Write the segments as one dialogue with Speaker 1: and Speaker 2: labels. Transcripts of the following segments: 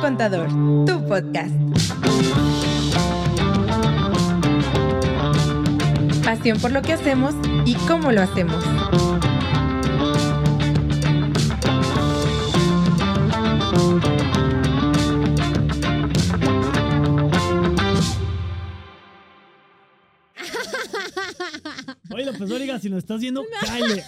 Speaker 1: Contador, tu podcast. Pasión por lo que hacemos y cómo lo hacemos.
Speaker 2: Oiga, pues Oiga, si nos estás viendo, cállate.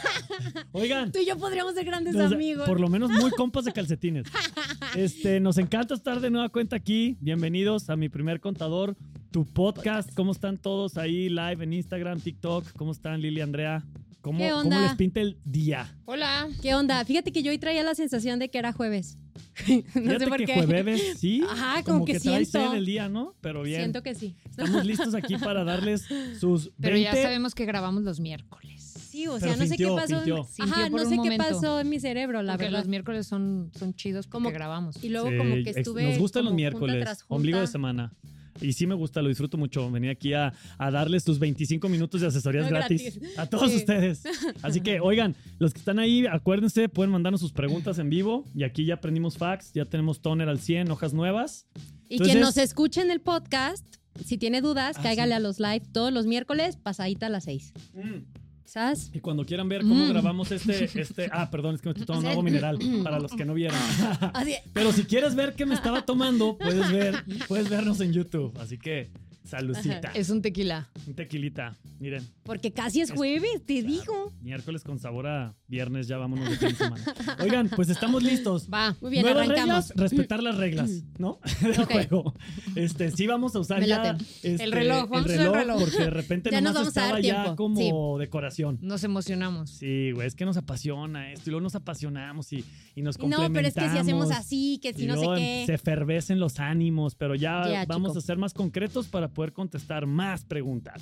Speaker 2: Oigan,
Speaker 3: Tú y yo podríamos ser grandes
Speaker 2: nos-
Speaker 3: amigos.
Speaker 2: por lo menos muy compas de calcetines. Este, nos encanta estar de nueva cuenta aquí. Bienvenidos a mi primer contador, tu podcast. ¿Cómo están todos ahí live en Instagram, TikTok? ¿Cómo están Lili, Andrea? ¿Cómo,
Speaker 3: ¿Qué
Speaker 2: cómo
Speaker 3: onda?
Speaker 2: les pinta el día?
Speaker 4: Hola.
Speaker 3: ¿Qué onda? Fíjate que yo hoy traía la sensación de que era jueves. no
Speaker 2: Fíjate
Speaker 3: sé por
Speaker 2: que
Speaker 3: qué.
Speaker 2: jueves, sí.
Speaker 3: Ajá, como que
Speaker 2: trae
Speaker 3: siento.
Speaker 2: sed el día, ¿no? Pero bien.
Speaker 3: Siento que sí.
Speaker 2: Estamos listos aquí para darles sus 20
Speaker 4: Pero ya sabemos que grabamos los miércoles.
Speaker 3: Sí, o
Speaker 2: Pero
Speaker 3: sea, no sé
Speaker 2: sintió,
Speaker 3: qué pasó.
Speaker 2: sintió.
Speaker 3: en- Ajá,
Speaker 4: Sintió por
Speaker 3: no
Speaker 4: un
Speaker 3: sé qué
Speaker 4: momento.
Speaker 3: pasó en mi cerebro, la
Speaker 4: Porque
Speaker 3: verdad.
Speaker 4: los miércoles son, son chidos porque
Speaker 3: Como-
Speaker 4: grabamos.
Speaker 3: Y luego
Speaker 2: Sí,
Speaker 3: como que
Speaker 2: ex-
Speaker 3: estuve
Speaker 2: Nos gustan los
Speaker 3: como junta
Speaker 2: miércoles,
Speaker 3: tras junta.
Speaker 2: ombligo de semana. Y sí me gusta, lo disfruto mucho. Venir aquí a, a darles tus 25 minutos de asesorías gratis,
Speaker 3: Gratis.
Speaker 2: a todos
Speaker 3: Sí.
Speaker 2: ustedes. Así que, oigan, los que están ahí, acuérdense, pueden mandarnos sus preguntas en vivo. Y aquí ya aprendimos fax, ya tenemos toner al 100, hojas nuevas.
Speaker 3: Y
Speaker 2: Entonces-
Speaker 3: quien nos escuche en el podcast, si tiene dudas,
Speaker 2: Ah,
Speaker 3: cáigale
Speaker 2: sí.
Speaker 3: a los live todos los miércoles, pasadita a las seis. ¿Sabes?
Speaker 2: Y cuando quieran ver cómo
Speaker 3: Mm.
Speaker 2: grabamos este, este... Ah, perdón, es que me estoy tomando
Speaker 3: O sea,
Speaker 2: agua mineral, para los que no vieron.
Speaker 3: Así,
Speaker 2: Pero si quieres ver qué me estaba tomando, puedes ver, puedes vernos en YouTube. Así que, saludcita,
Speaker 4: Es un tequila.
Speaker 2: un tequilita, miren.
Speaker 3: porque casi es
Speaker 2: Es-
Speaker 3: jueves, te
Speaker 2: Claro.
Speaker 3: digo.
Speaker 2: Miércoles con sabor a viernes, ya vámonos de fin de semana. Oigan, pues estamos listos.
Speaker 4: Va.
Speaker 3: Muy bien,
Speaker 2: Nuevas
Speaker 3: arrancamos.
Speaker 2: reglas, respetar las reglas, ¿no? Del
Speaker 3: Ok.
Speaker 2: juego. Este, sí vamos a usar
Speaker 3: Me
Speaker 2: ya
Speaker 3: late.
Speaker 2: este,
Speaker 4: El reloj, vamos a usar el reloj.
Speaker 2: porque de repente
Speaker 3: Ya
Speaker 2: nomás
Speaker 3: nos vamos a
Speaker 2: estaba
Speaker 3: dar
Speaker 2: ya
Speaker 3: tiempo,
Speaker 2: como decoración.
Speaker 4: Nos emocionamos.
Speaker 2: Sí, güey, es que nos apasiona esto y luego nos apasionamos y, y nos
Speaker 3: Y No,
Speaker 2: complementamos.
Speaker 3: pero es que si hacemos así, que si
Speaker 2: y
Speaker 3: no sé
Speaker 2: luego
Speaker 3: qué.
Speaker 2: se fervecen los ánimos, pero ya,
Speaker 3: Ya,
Speaker 2: vamos
Speaker 3: chico.
Speaker 2: a ser más concretos para poder contestar más preguntas.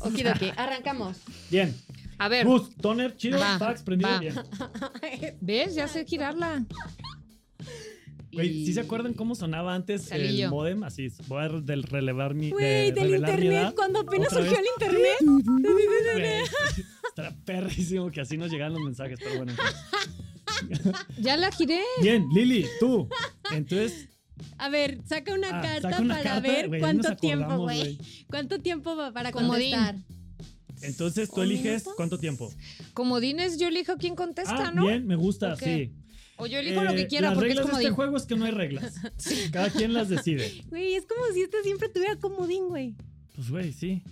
Speaker 3: Okidoki, arrancamos.
Speaker 2: Bien,
Speaker 4: A ver,
Speaker 2: Gus, toner, chido,
Speaker 4: Va,
Speaker 2: fax, prendido,
Speaker 4: va.
Speaker 2: bien.
Speaker 4: ¿ves? Ya sé girarla.
Speaker 2: Güey,
Speaker 4: Y-
Speaker 2: ¿sí se acuerdan cómo sonaba antes
Speaker 4: Salillo.
Speaker 2: el modem? Así, voy a del relevar mi. de
Speaker 3: Güey, del
Speaker 2: revelar mi edad.
Speaker 3: internet, cuando apenas
Speaker 2: otra
Speaker 3: surgió el internet.
Speaker 2: Güey, Estará perrísimo que así nos llegan los mensajes, pero bueno. en fin.
Speaker 4: Ya la giré.
Speaker 2: Bien, Lili, tú. Entonces,
Speaker 3: A ver, saca una
Speaker 2: ah,
Speaker 3: carta
Speaker 2: saca una
Speaker 3: para
Speaker 2: carta,
Speaker 3: ver
Speaker 2: güey, ahí nos
Speaker 3: cuánto tiempo,
Speaker 2: acordamos,
Speaker 3: güey. ¿Cuánto tiempo va para
Speaker 4: Comodín.
Speaker 3: contestar?
Speaker 2: Entonces tú
Speaker 3: ¿Un
Speaker 2: eliges
Speaker 3: minuto?
Speaker 2: cuánto tiempo.
Speaker 4: Comodines, yo elijo quién contesta,
Speaker 2: ah,
Speaker 4: ¿no?
Speaker 2: bien, me gusta,
Speaker 4: Ok.
Speaker 2: sí.
Speaker 4: O yo elijo lo
Speaker 2: Eh,
Speaker 4: que quiera
Speaker 2: Las
Speaker 4: porque es
Speaker 2: reglas de este
Speaker 4: comodín.
Speaker 2: juego es que no hay reglas. Cada quien las decide.
Speaker 3: Güey, es como si este siempre tuviera comodín, güey.
Speaker 2: Pues, güey, sí.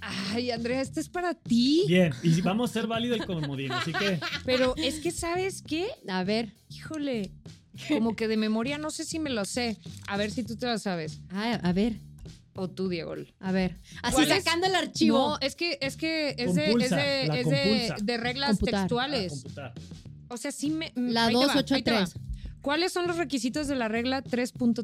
Speaker 4: Ay, Andrea, este es para ti.
Speaker 2: Bien, y vamos a ser válido el comodín, así que.
Speaker 4: Pero es que, ¿sabes qué?
Speaker 3: A ver.
Speaker 4: Híjole. Como que de memoria no sé si me lo sé. A ver si tú te lo sabes.
Speaker 3: Ah, a ver,
Speaker 4: O tú, Diego.
Speaker 3: a ver. Así
Speaker 4: ¿Cuál es?
Speaker 3: sacando el archivo.
Speaker 4: No, es que es que es de,
Speaker 2: Compulsa,
Speaker 4: es de-
Speaker 2: la
Speaker 4: es de-
Speaker 2: compulsa.
Speaker 4: de reglas
Speaker 3: Computar.
Speaker 2: a
Speaker 4: textuales.
Speaker 2: computar.
Speaker 4: O sea, sí me
Speaker 3: La
Speaker 4: ahí te va,
Speaker 3: 283.
Speaker 4: ahí te va. ¿Cuáles son los requisitos de la regla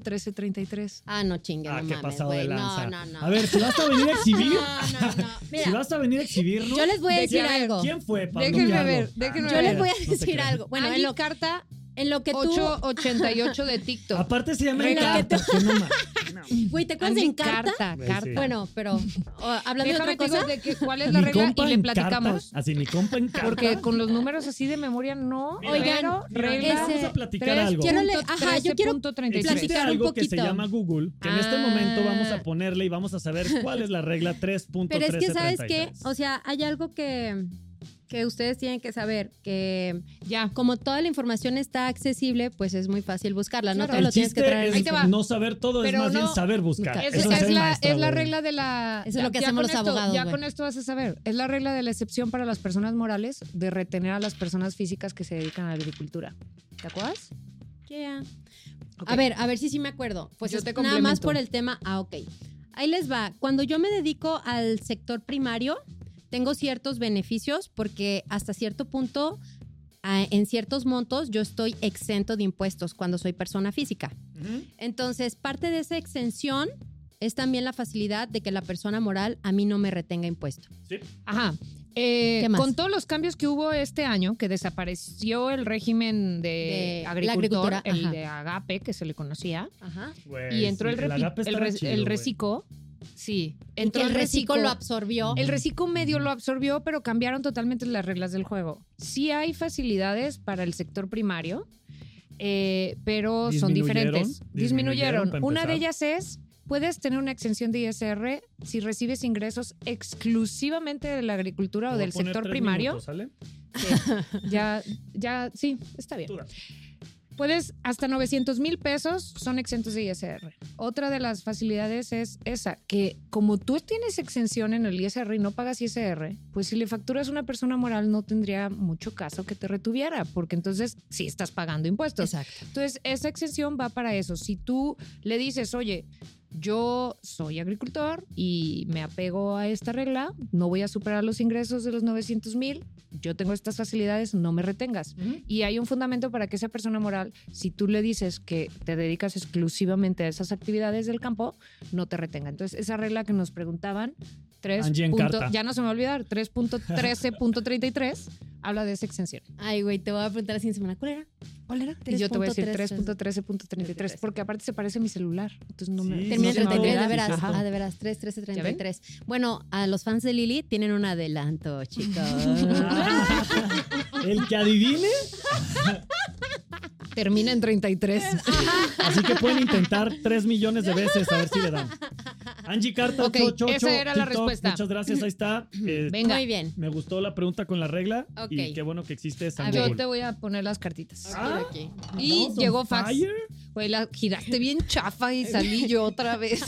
Speaker 4: 3.1333?
Speaker 3: Ah, no chingue,
Speaker 2: Ah,
Speaker 3: no
Speaker 2: qué
Speaker 3: mames,
Speaker 2: pasado de
Speaker 3: güey.
Speaker 2: lanza.
Speaker 3: No, no, no.
Speaker 2: A ver, si vas a venir a exhibir,
Speaker 3: No, no, no. Mira,
Speaker 2: si vas a venir a exhibirnos.
Speaker 3: yo les voy a
Speaker 4: ¿De
Speaker 3: decir
Speaker 4: quién eres?
Speaker 3: algo.
Speaker 2: ¿Quién fue Pablo?
Speaker 4: Déjenme
Speaker 2: Pialo?
Speaker 4: ver, déjenme
Speaker 3: Yo
Speaker 4: ver.
Speaker 3: les voy
Speaker 2: No
Speaker 3: a
Speaker 2: te
Speaker 3: decir
Speaker 2: creas.
Speaker 3: algo. Bueno,
Speaker 4: Angie
Speaker 3: en lo,
Speaker 4: carta
Speaker 3: en lo que tú.
Speaker 4: 888 de TikTok.
Speaker 2: Aparte se llama
Speaker 3: Mira,
Speaker 2: Encanto. ¿qué nomás?
Speaker 3: Güey, ¿te acuerdas de
Speaker 4: Angie
Speaker 3: Encarta?
Speaker 2: Güey,
Speaker 4: carta.
Speaker 2: sí.
Speaker 3: Bueno, pero o, hablando de
Speaker 4: Déjame
Speaker 3: otra
Speaker 4: te digo
Speaker 3: cosa.
Speaker 4: de que- cuál es la
Speaker 2: Mi
Speaker 4: regla y
Speaker 2: compa
Speaker 4: le
Speaker 2: Encarta,
Speaker 4: platicamos.
Speaker 2: Así, mi compa Encarta.
Speaker 4: Porque con los números así de memoria no.
Speaker 2: Mira,
Speaker 3: Oigan,
Speaker 2: mira,
Speaker 4: regla
Speaker 2: vamos
Speaker 3: ese-
Speaker 2: a platicar algo.
Speaker 3: quiero le- ajá, yo quiero
Speaker 4: 13.33.
Speaker 2: Existe
Speaker 3: platicar un
Speaker 2: algo que se
Speaker 3: poquito.
Speaker 2: llama Google, que en este
Speaker 4: Ah.
Speaker 2: momento vamos a ponerle y vamos a saber cuál es la regla 3.3.
Speaker 3: Pero es que, ¿sabes qué? O sea, hay algo que, que ustedes tienen que saber, que
Speaker 4: Ya.
Speaker 3: como toda la información está accesible, pues es muy fácil buscarla, no
Speaker 4: Claro.
Speaker 3: todo
Speaker 2: el
Speaker 3: lo tienes
Speaker 2: chiste
Speaker 3: que traer.
Speaker 2: es
Speaker 4: Ahí te va.
Speaker 2: no saber todo, es
Speaker 4: Pero
Speaker 2: más bien
Speaker 4: no-
Speaker 2: saber buscar.
Speaker 3: nunca.
Speaker 4: Es,
Speaker 2: Eso
Speaker 4: es
Speaker 2: el
Speaker 4: la,
Speaker 2: maestro,
Speaker 4: es la
Speaker 2: güey.
Speaker 4: regla de la.
Speaker 3: Eso es lo que
Speaker 4: ya
Speaker 3: hacemos
Speaker 4: con
Speaker 3: los
Speaker 4: esto-
Speaker 3: abogados,
Speaker 4: Ya
Speaker 3: güey.
Speaker 4: con esto vas a saber. Es la regla de la excepción para las personas morales de retener a las personas físicas que se dedican a la agricultura. ¿Te acuerdas?
Speaker 3: Yeah.
Speaker 4: Ok.
Speaker 3: A ver, a ver si sí me acuerdo. Pues
Speaker 4: Yo
Speaker 3: es
Speaker 4: te
Speaker 3: nada más
Speaker 4: complemento.
Speaker 3: por el tema. Ah, ok. Ahí les va. Cuando yo me dedico al sector primario, tengo ciertos beneficios porque hasta cierto punto, ah, en ciertos montos, yo estoy exento de impuestos cuando soy persona física.
Speaker 2: Ujú.
Speaker 3: Entonces, parte de esa exención es también la facilidad de que la persona moral a mí no me retenga impuesto.
Speaker 2: Sí.
Speaker 4: Ajá. Eh,
Speaker 3: ¿Qué más?
Speaker 4: Con todos los cambios que hubo este año, que desapareció el régimen
Speaker 3: De
Speaker 4: de,
Speaker 3: la
Speaker 4: agricultor,
Speaker 3: agricultura,
Speaker 4: el
Speaker 3: ajá.
Speaker 4: de agape, que se le conocía,
Speaker 3: Ajá.
Speaker 2: Güey,
Speaker 4: y entró
Speaker 2: Pues, Eh, sí,
Speaker 4: el, repi-
Speaker 2: agape
Speaker 4: el,
Speaker 2: estaba
Speaker 4: res-
Speaker 2: chido,
Speaker 4: el
Speaker 2: güey.
Speaker 4: reciclo. Sí, entró
Speaker 3: Entonces, el reciclo lo
Speaker 4: reciclo.
Speaker 3: absorbió.
Speaker 4: El reciclo medio lo absorbió, pero cambiaron totalmente las reglas del juego. Sí hay facilidades para el sector primario. eh, pero
Speaker 2: ¿Disminuyeron?
Speaker 4: son diferentes.
Speaker 2: Disminuyeron,
Speaker 4: Disminuyeron.
Speaker 2: para
Speaker 4: Una de
Speaker 2: empezar.
Speaker 4: ellas es, puedes tener una exención de ISR si recibes ingresos exclusivamente de la agricultura o
Speaker 2: Voy a
Speaker 4: del
Speaker 2: poner
Speaker 4: sector
Speaker 2: tres
Speaker 4: primario.
Speaker 2: minutos, ¿sale?
Speaker 4: Ya, ya, sí, está bien.
Speaker 2: Tú dale.
Speaker 4: Puedes, hasta 900 mil pesos son exentos de ISR. Otra de las facilidades es esa, que como tú tienes exención en el ISR y no pagas ISR, pues si le facturas a una persona moral no tendría mucho caso que te retuviera, porque entonces sí estás pagando impuestos.
Speaker 3: Exacto.
Speaker 4: Entonces, esa exención va para eso. Si tú le dices, oye, yo soy agricultor y me apego a esta regla, no voy a superar los ingresos de los 900 mil, yo tengo estas facilidades, no me retengas. Y hay un fundamento para que esa persona moral, si tú le dices que te dedicas exclusivamente a esas actividades del campo, no te retenga. Entonces, esa regla que nos preguntaban, 3.
Speaker 2: Angie en
Speaker 4: punto-
Speaker 2: carta.
Speaker 4: ya no se me va a olvidar, 3.13.33 habla de esa exención.
Speaker 3: Ay, güey, te voy a preguntar la siguiente semana. ¿Cuál era? ¿Cuál era?
Speaker 4: Y yo te voy a decir
Speaker 3: 3.3.
Speaker 4: 3.13.33, porque aparte se parece a mi celular. Entonces no me.
Speaker 2: Sí,
Speaker 3: Termina
Speaker 2: No
Speaker 3: en
Speaker 2: se me
Speaker 3: 33,
Speaker 2: olvida.
Speaker 3: de veras.
Speaker 2: Ajá.
Speaker 3: Ah, de veras, 3, 13,
Speaker 4: ven?
Speaker 3: 33. Bueno, a los fans de Lili tienen un adelanto, chicos.
Speaker 2: El que adivine,
Speaker 4: Termina en 33.
Speaker 2: así que pueden intentar tres millones de veces a ver si le dan. Angie Carta,
Speaker 4: Ok,
Speaker 2: 888,
Speaker 4: esa era la
Speaker 2: TikTok,
Speaker 4: respuesta.
Speaker 2: Muchas gracias, ahí está. Eh,
Speaker 4: Venga.
Speaker 3: Muy bien.
Speaker 2: me gustó la pregunta con la regla y
Speaker 3: Ok.
Speaker 2: qué bueno que existe esa
Speaker 3: A
Speaker 4: Yo
Speaker 3: ver.
Speaker 4: te voy a poner las cartitas.
Speaker 2: Ah.
Speaker 3: Ok, ok.
Speaker 4: Y
Speaker 2: Vamos on
Speaker 4: llegó fax.
Speaker 2: fire.
Speaker 4: Güey, la giraste bien chafa y salí yo otra vez.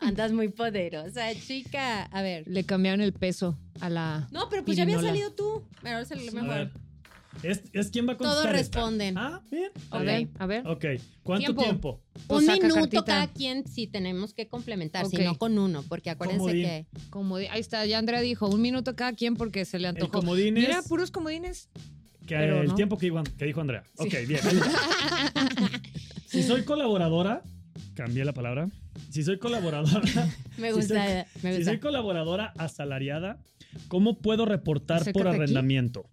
Speaker 3: Andas muy poderosa, chica. A ver.
Speaker 4: Le cambiaron el peso a la.
Speaker 3: No, pero pues ya había
Speaker 4: Pirinola.
Speaker 3: salido tú. Pero ahora salió
Speaker 2: A ver.
Speaker 3: mejor.
Speaker 2: ¿Es, es quién va a contestar?
Speaker 3: Todos
Speaker 2: esta?
Speaker 3: responden.
Speaker 2: Ah, bien.
Speaker 4: A
Speaker 2: está
Speaker 4: ver,
Speaker 2: bien.
Speaker 4: a ver.
Speaker 2: Ok. ¿Cuánto
Speaker 4: Tiempo.
Speaker 2: tiempo?
Speaker 4: Pues
Speaker 3: un
Speaker 4: saca
Speaker 3: minuto
Speaker 4: cartita.
Speaker 3: cada quien si tenemos que complementar,
Speaker 4: Ok.
Speaker 3: si no con uno, porque acuérdense
Speaker 2: Comodín.
Speaker 3: que
Speaker 4: Como di- ahí está, ya Andrea dijo, un minuto cada quien porque se le
Speaker 2: El
Speaker 4: antojó.
Speaker 2: comodín es
Speaker 4: Mira, puros comodines.
Speaker 2: que
Speaker 4: pero
Speaker 2: el
Speaker 4: no.
Speaker 2: tiempo que, iban- que dijo Andrea. Ok, bien. ahí va. si soy colaboradora, cambié la palabra. Si soy colaboradora,
Speaker 3: me gusta, me
Speaker 2: si
Speaker 3: gusta.
Speaker 2: soy colaboradora asalariada, ¿cómo puedo reportar por
Speaker 4: Acércate aquí.
Speaker 2: arrendamiento?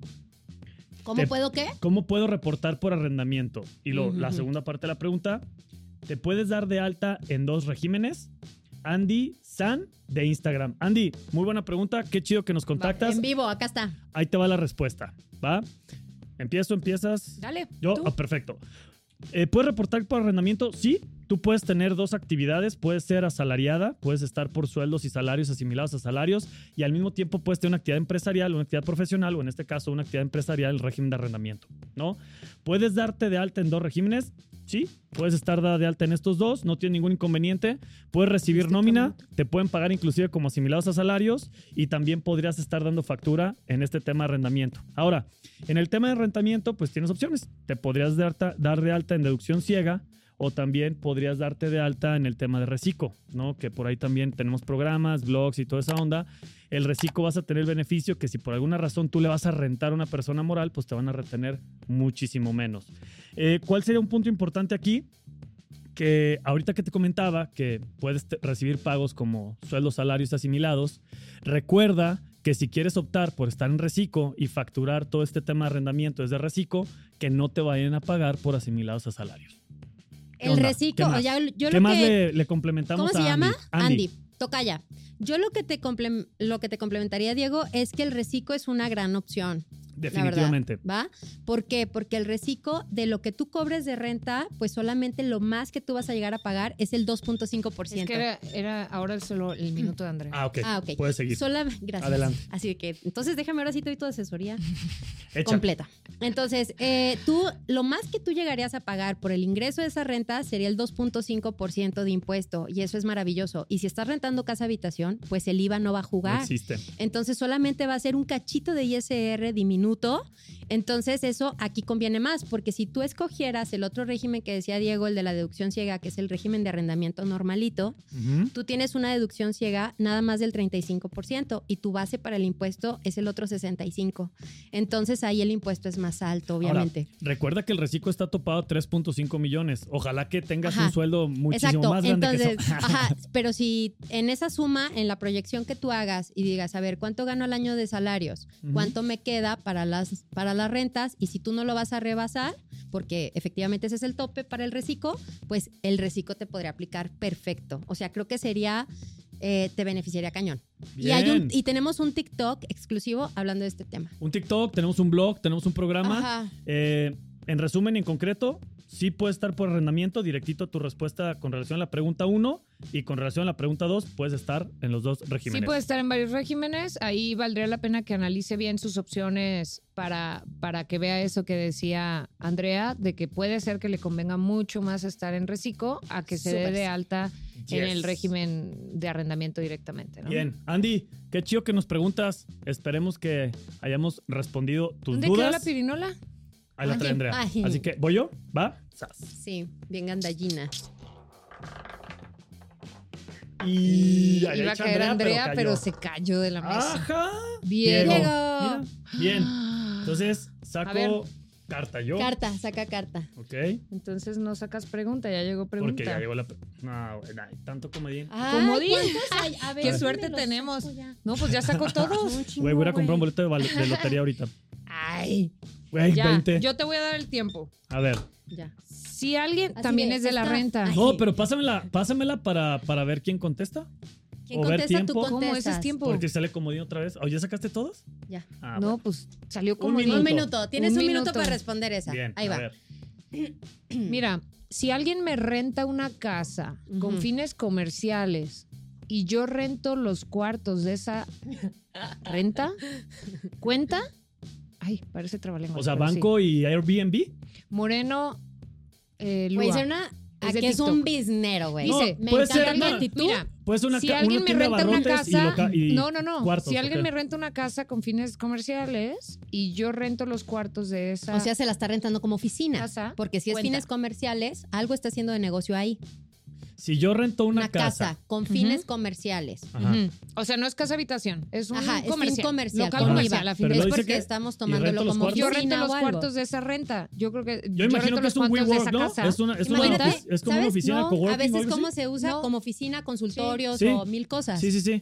Speaker 3: ¿Cómo
Speaker 2: te-
Speaker 3: puedo qué?
Speaker 2: ¿Cómo puedo reportar por arrendamiento? Y luego, la
Speaker 3: Ujú.
Speaker 2: segunda parte de la pregunta, ¿te puedes dar de alta en dos regímenes? Andy San de Instagram. Andy, muy buena pregunta. Qué chido que nos contactas.
Speaker 3: En vivo, acá está.
Speaker 2: Ahí te va la respuesta. ¿Va? Empiezo, empiezas.
Speaker 4: Dale.
Speaker 2: Yo,
Speaker 4: tú.
Speaker 2: ah, perfecto. Eh, ¿Puedes reportar por arrendamiento? Sí. Tú puedes tener dos actividades. Puedes ser asalariada, puedes estar por sueldos y salarios asimilados a salarios y al mismo tiempo puedes tener una actividad empresarial, una actividad profesional o en este caso una actividad empresarial, el régimen de arrendamiento, ¿no? ¿Puedes darte de alta en dos regímenes? Sí. Puedes estar dada de alta en estos dos, no tiene ningún inconveniente. Puedes recibir
Speaker 4: Este
Speaker 2: nómina, te pueden pagar inclusive como asimilados a salarios y también podrías estar dando factura en este tema de arrendamiento. Ahora, en el tema de arrendamiento, pues tienes opciones. Te podrías dar, ta- dar de alta en deducción ciega o también podrías darte de alta en el tema de reciclo, ¿no? Que por ahí también tenemos programas, blogs y toda esa onda. El reciclo vas a tener el beneficio que si por alguna razón tú le vas a rentar a una persona moral, pues te van a retener muchísimo menos. Eh, ¿Cuál sería un punto importante aquí? Que ahorita que te comentaba que puedes te- recibir pagos como sueldos, salarios asimilados, recuerda que si quieres optar por estar en Recico y facturar todo este tema de arrendamiento desde Recico, que no te vayan a pagar por asimilados a salarios. ¿Qué
Speaker 3: El
Speaker 2: onda? ¿Qué
Speaker 3: reciclo,
Speaker 2: más?
Speaker 3: ya- yo
Speaker 2: ¿Qué
Speaker 3: lo
Speaker 2: más
Speaker 3: que
Speaker 2: le, le complementamos
Speaker 3: ¿Cómo se
Speaker 2: a
Speaker 3: llama?
Speaker 2: Andy?
Speaker 3: Andy. Tocaya. Yo lo que te complem- lo que te complementaría, Diego, es que el reciclo es una gran opción.
Speaker 2: Definitivamente.
Speaker 3: ¿va? ¿Por qué? Porque el reciclo de lo que tú cobres de renta, pues solamente lo más que tú vas a llegar a pagar es el 2.5%.
Speaker 4: Es que era, era ahora solo el minuto de Andrea.
Speaker 2: Ah, ok.
Speaker 3: Ah, ok.
Speaker 2: Puedes seguir.
Speaker 3: Sola- gracias.
Speaker 2: Adelante.
Speaker 3: Así que, entonces déjame ahora sí te doy tu asesoría
Speaker 2: Échale.
Speaker 3: completa. Entonces, eh, tú, lo más que tú llegarías a pagar por el ingreso de esa renta sería el 2.5% de impuesto y eso es maravilloso. Y si estás rentando casa-habitación, pues el IVA no va a
Speaker 2: No
Speaker 3: jugar.
Speaker 2: existe.
Speaker 3: Entonces solamente va a ser un cachito de ISR diminuto. Entonces eso aquí conviene más, porque si tú escogieras el otro régimen que decía Diego, el de la deducción ciega, que es el régimen de arrendamiento normalito,
Speaker 2: Ujú.
Speaker 3: tú tienes una deducción ciega nada más del 35% y tu base para el impuesto es el otro 65%. Entonces ahí el impuesto es más alto, obviamente.
Speaker 2: Recuerda que el reciclo está topado a 3.5 millones. Ojalá que tengas
Speaker 3: Ajá.
Speaker 2: un sueldo muchísimo
Speaker 3: Exacto.
Speaker 2: más grande
Speaker 3: Entonces,
Speaker 2: que eso.
Speaker 3: ajá, pero si en esa suma, en la proyección que tú hagas y digas, a ver, ¿cuánto gano al año de salarios?
Speaker 2: Ujú.
Speaker 3: ¿Cuánto me queda para las, para las rentas? Y si tú no lo vas a rebasar, porque efectivamente ese es el tope para el reciclo, pues el reciclo te podría aplicar perfecto. O sea, creo que sería, eh, te beneficiaría cañón. Y, hay un-
Speaker 2: Bien.
Speaker 3: y tenemos un TikTok exclusivo hablando de este tema.
Speaker 2: Un TikTok, tenemos un blog, tenemos un programa.
Speaker 3: Ajá.
Speaker 2: Eh, en resumen y en concreto, sí puede estar por arrendamiento directito tu respuesta con relación a la pregunta 1 y con relación a la pregunta 2 puedes estar en los dos regímenes.
Speaker 4: Sí puede
Speaker 3: pues,
Speaker 4: estar en varios regímenes. Ahí valdría la pena que analice bien sus opciones para, para que vea eso que decía Andrea, de que puede ser que le convenga mucho más estar en reciclo a que se dé
Speaker 3: Súper.
Speaker 4: de alta en
Speaker 2: Yes.
Speaker 4: el régimen de arrendamiento directamente. ¿no?
Speaker 2: Bien, Andy, qué chido que nos preguntas. Esperemos que hayamos respondido tus
Speaker 4: ¿Dónde queda la
Speaker 2: dudas.
Speaker 4: pirinola?
Speaker 2: Ahí la trae Andrea.
Speaker 3: Ay.
Speaker 2: Así que, ¿voy yo? ¿Va?
Speaker 3: Sí, bien gandallina.
Speaker 2: Y, ahí
Speaker 4: iba
Speaker 2: la
Speaker 4: a
Speaker 2: echa
Speaker 4: caer Andrea,
Speaker 2: cayó.
Speaker 4: pero, se cayó de la mesa.
Speaker 2: Ajá.
Speaker 4: Bien. Ah,
Speaker 3: Diego.
Speaker 2: Mira, Bien. Entonces,
Speaker 4: A ver.
Speaker 2: saco carta yo.
Speaker 3: Carta, saca carta.
Speaker 2: Ok.
Speaker 4: Entonces no sacas pregunta, ya llegó pregunta. Ah,
Speaker 2: Porque ya llegó la. pre- No, güey, ay, tanto comodín.
Speaker 4: Comodín.
Speaker 3: ¿cuántos hay? A ver,
Speaker 4: Qué
Speaker 3: déjame
Speaker 4: suerte
Speaker 3: los
Speaker 4: tenemos.
Speaker 3: saco ya.
Speaker 4: No, pues ya sacó todos.
Speaker 3: No, chingo,
Speaker 2: Güey, voy a ir a comprar un
Speaker 3: güey.
Speaker 2: boleto de, val- de lotería ahorita.
Speaker 4: Ay,
Speaker 2: Güey,
Speaker 4: ya.
Speaker 2: 20.
Speaker 4: Yo te voy a dar el tiempo.
Speaker 2: A ver.
Speaker 3: Ya.
Speaker 4: Si alguien
Speaker 3: Así
Speaker 4: también
Speaker 3: de,
Speaker 4: es de la
Speaker 3: esta-
Speaker 4: renta.
Speaker 3: Ay,
Speaker 2: No,
Speaker 3: sí.
Speaker 2: pero pásamela, pásamela para, para ver quién contesta.
Speaker 3: ¿Quién
Speaker 2: O ver
Speaker 3: contesta? Tú
Speaker 2: tiempo.
Speaker 3: contestas.
Speaker 4: ¿Cómo? Ese es tiempo.
Speaker 2: Porque sale comodín otra vez. ¿O ya sacaste todos?
Speaker 3: Ya.
Speaker 2: Ah,
Speaker 4: no, pues salió
Speaker 2: Un
Speaker 4: como de-
Speaker 3: Un
Speaker 2: Minuto.
Speaker 3: minuto. Tienes un,
Speaker 4: Un
Speaker 3: minuto.
Speaker 4: minuto.
Speaker 3: para responder esa.
Speaker 2: Bien,
Speaker 3: Ahí
Speaker 2: a
Speaker 3: va.
Speaker 2: ver.
Speaker 4: Mira, si alguien me renta una casa con
Speaker 3: Ujú.
Speaker 4: fines comerciales y yo rento los cuartos de esa renta, ¿cuenta? Ay, parece trabalenguas.
Speaker 2: O sea,
Speaker 4: pero sí.
Speaker 2: banco y Airbnb.
Speaker 4: Moreno eh,
Speaker 3: Güey,
Speaker 4: Lua.
Speaker 3: es una...
Speaker 4: Es de
Speaker 3: Aquí es un
Speaker 4: TikTok.
Speaker 3: bisnero, güey.
Speaker 4: No,
Speaker 3: Dice, me
Speaker 2: puede
Speaker 3: encanta
Speaker 2: ser,
Speaker 3: tu
Speaker 2: no,
Speaker 3: actitud.
Speaker 4: Mira,
Speaker 2: Pues una
Speaker 4: si
Speaker 2: ca- uno
Speaker 4: alguien me
Speaker 2: tiene
Speaker 4: renta una
Speaker 2: abarrotes y
Speaker 4: casa,
Speaker 2: loca- y
Speaker 4: no, no, no.
Speaker 2: cuartos,
Speaker 4: si alguien
Speaker 2: ok.
Speaker 4: me renta una casa con fines comerciales y yo rento los cuartos de esa
Speaker 3: O sea, se la está rentando como oficina.
Speaker 4: casa,
Speaker 3: Porque si es
Speaker 4: Cuenta.
Speaker 3: fines comerciales, algo está haciendo de negocio ahí.
Speaker 2: Si yo rento una,
Speaker 3: Una, casa, con fines
Speaker 4: Ujú.
Speaker 3: comerciales.
Speaker 2: Ajá.
Speaker 4: Ujú. o sea, no es casa habitación, es un
Speaker 3: Ajá, es fin
Speaker 4: comercial,
Speaker 3: Ah, comercial,
Speaker 4: local
Speaker 2: con
Speaker 4: comercial,
Speaker 3: IVA.
Speaker 4: a fin
Speaker 2: Pero
Speaker 4: de
Speaker 2: lo
Speaker 3: es
Speaker 2: dice
Speaker 3: porque
Speaker 2: que-
Speaker 3: estamos
Speaker 2: rento
Speaker 3: tomándolo
Speaker 2: los
Speaker 3: como
Speaker 2: cuartos.
Speaker 4: Yo
Speaker 3: oficina
Speaker 4: rento los
Speaker 3: o algo.
Speaker 4: cuartos de esa renta. Yo creo que
Speaker 2: Yo,
Speaker 4: rento
Speaker 2: imagino que
Speaker 4: los
Speaker 2: es un
Speaker 4: cuartos de esa
Speaker 2: WeWork, ¿no?
Speaker 4: casa.
Speaker 2: Es una, es una,
Speaker 3: Imagínate,
Speaker 2: ofici- es como una
Speaker 3: ¿sabes?
Speaker 2: oficina
Speaker 3: No,
Speaker 2: coworking.
Speaker 3: A
Speaker 2: o
Speaker 3: veces
Speaker 2: algo
Speaker 3: cómo
Speaker 2: así.
Speaker 3: se usa
Speaker 4: No.
Speaker 3: como oficina, consultorios
Speaker 2: Sí.
Speaker 3: o mil cosas.
Speaker 2: Sí, sí, sí.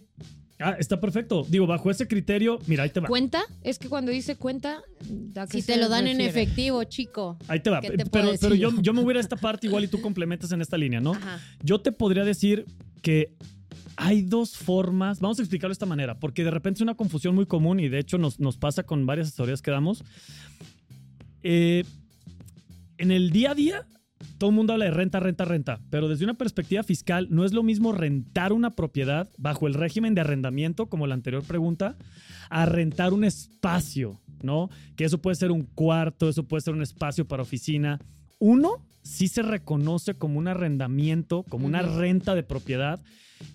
Speaker 2: Ah, está perfecto. Digo, bajo ese criterio, mira, ahí te va.
Speaker 4: ¿Cuenta? Es que cuando dice cuenta, ¿a qué
Speaker 3: Si te
Speaker 4: se
Speaker 3: lo dan en
Speaker 4: refiere?
Speaker 3: efectivo, chico.
Speaker 2: Ahí te va.
Speaker 3: ¿Qué te puedo
Speaker 2: pero
Speaker 3: decir
Speaker 2: pero yo,
Speaker 3: yo?
Speaker 2: yo me voy a ir a esta parte igual y tú complementas en esta línea, ¿no?
Speaker 3: Ajá.
Speaker 2: Yo te podría decir que hay dos formas, vamos a explicarlo de esta manera, porque de repente es una confusión muy común y de hecho nos, nos pasa con varias asesorías que damos. Eh, en el día a día, todo el mundo habla de renta, renta, renta, pero desde una perspectiva fiscal no es lo mismo rentar una propiedad bajo el régimen de arrendamiento, como la anterior pregunta, a rentar un espacio, ¿no? Que eso puede ser un cuarto, eso puede ser un espacio para oficina. Uno sí se reconoce como un arrendamiento, como una
Speaker 3: Ujú.
Speaker 2: renta de propiedad,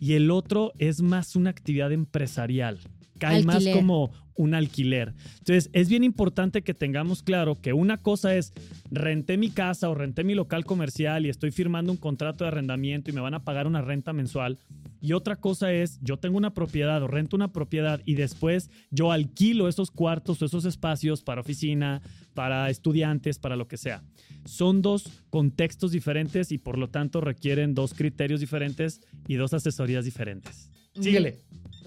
Speaker 2: y el otro es más una actividad empresarial. Cae más
Speaker 3: Alquiler.
Speaker 2: como un alquiler. Entonces, es bien importante que tengamos claro que una cosa es renté mi casa o renté mi local comercial y estoy firmando un contrato de arrendamiento y me van a pagar una renta mensual. Y otra cosa es, yo tengo una propiedad o rento una propiedad y después yo alquilo esos cuartos o esos espacios para oficina, para estudiantes, para lo que sea. Son dos contextos diferentes y por lo tanto requieren dos criterios diferentes y dos asesorías diferentes. Síguele.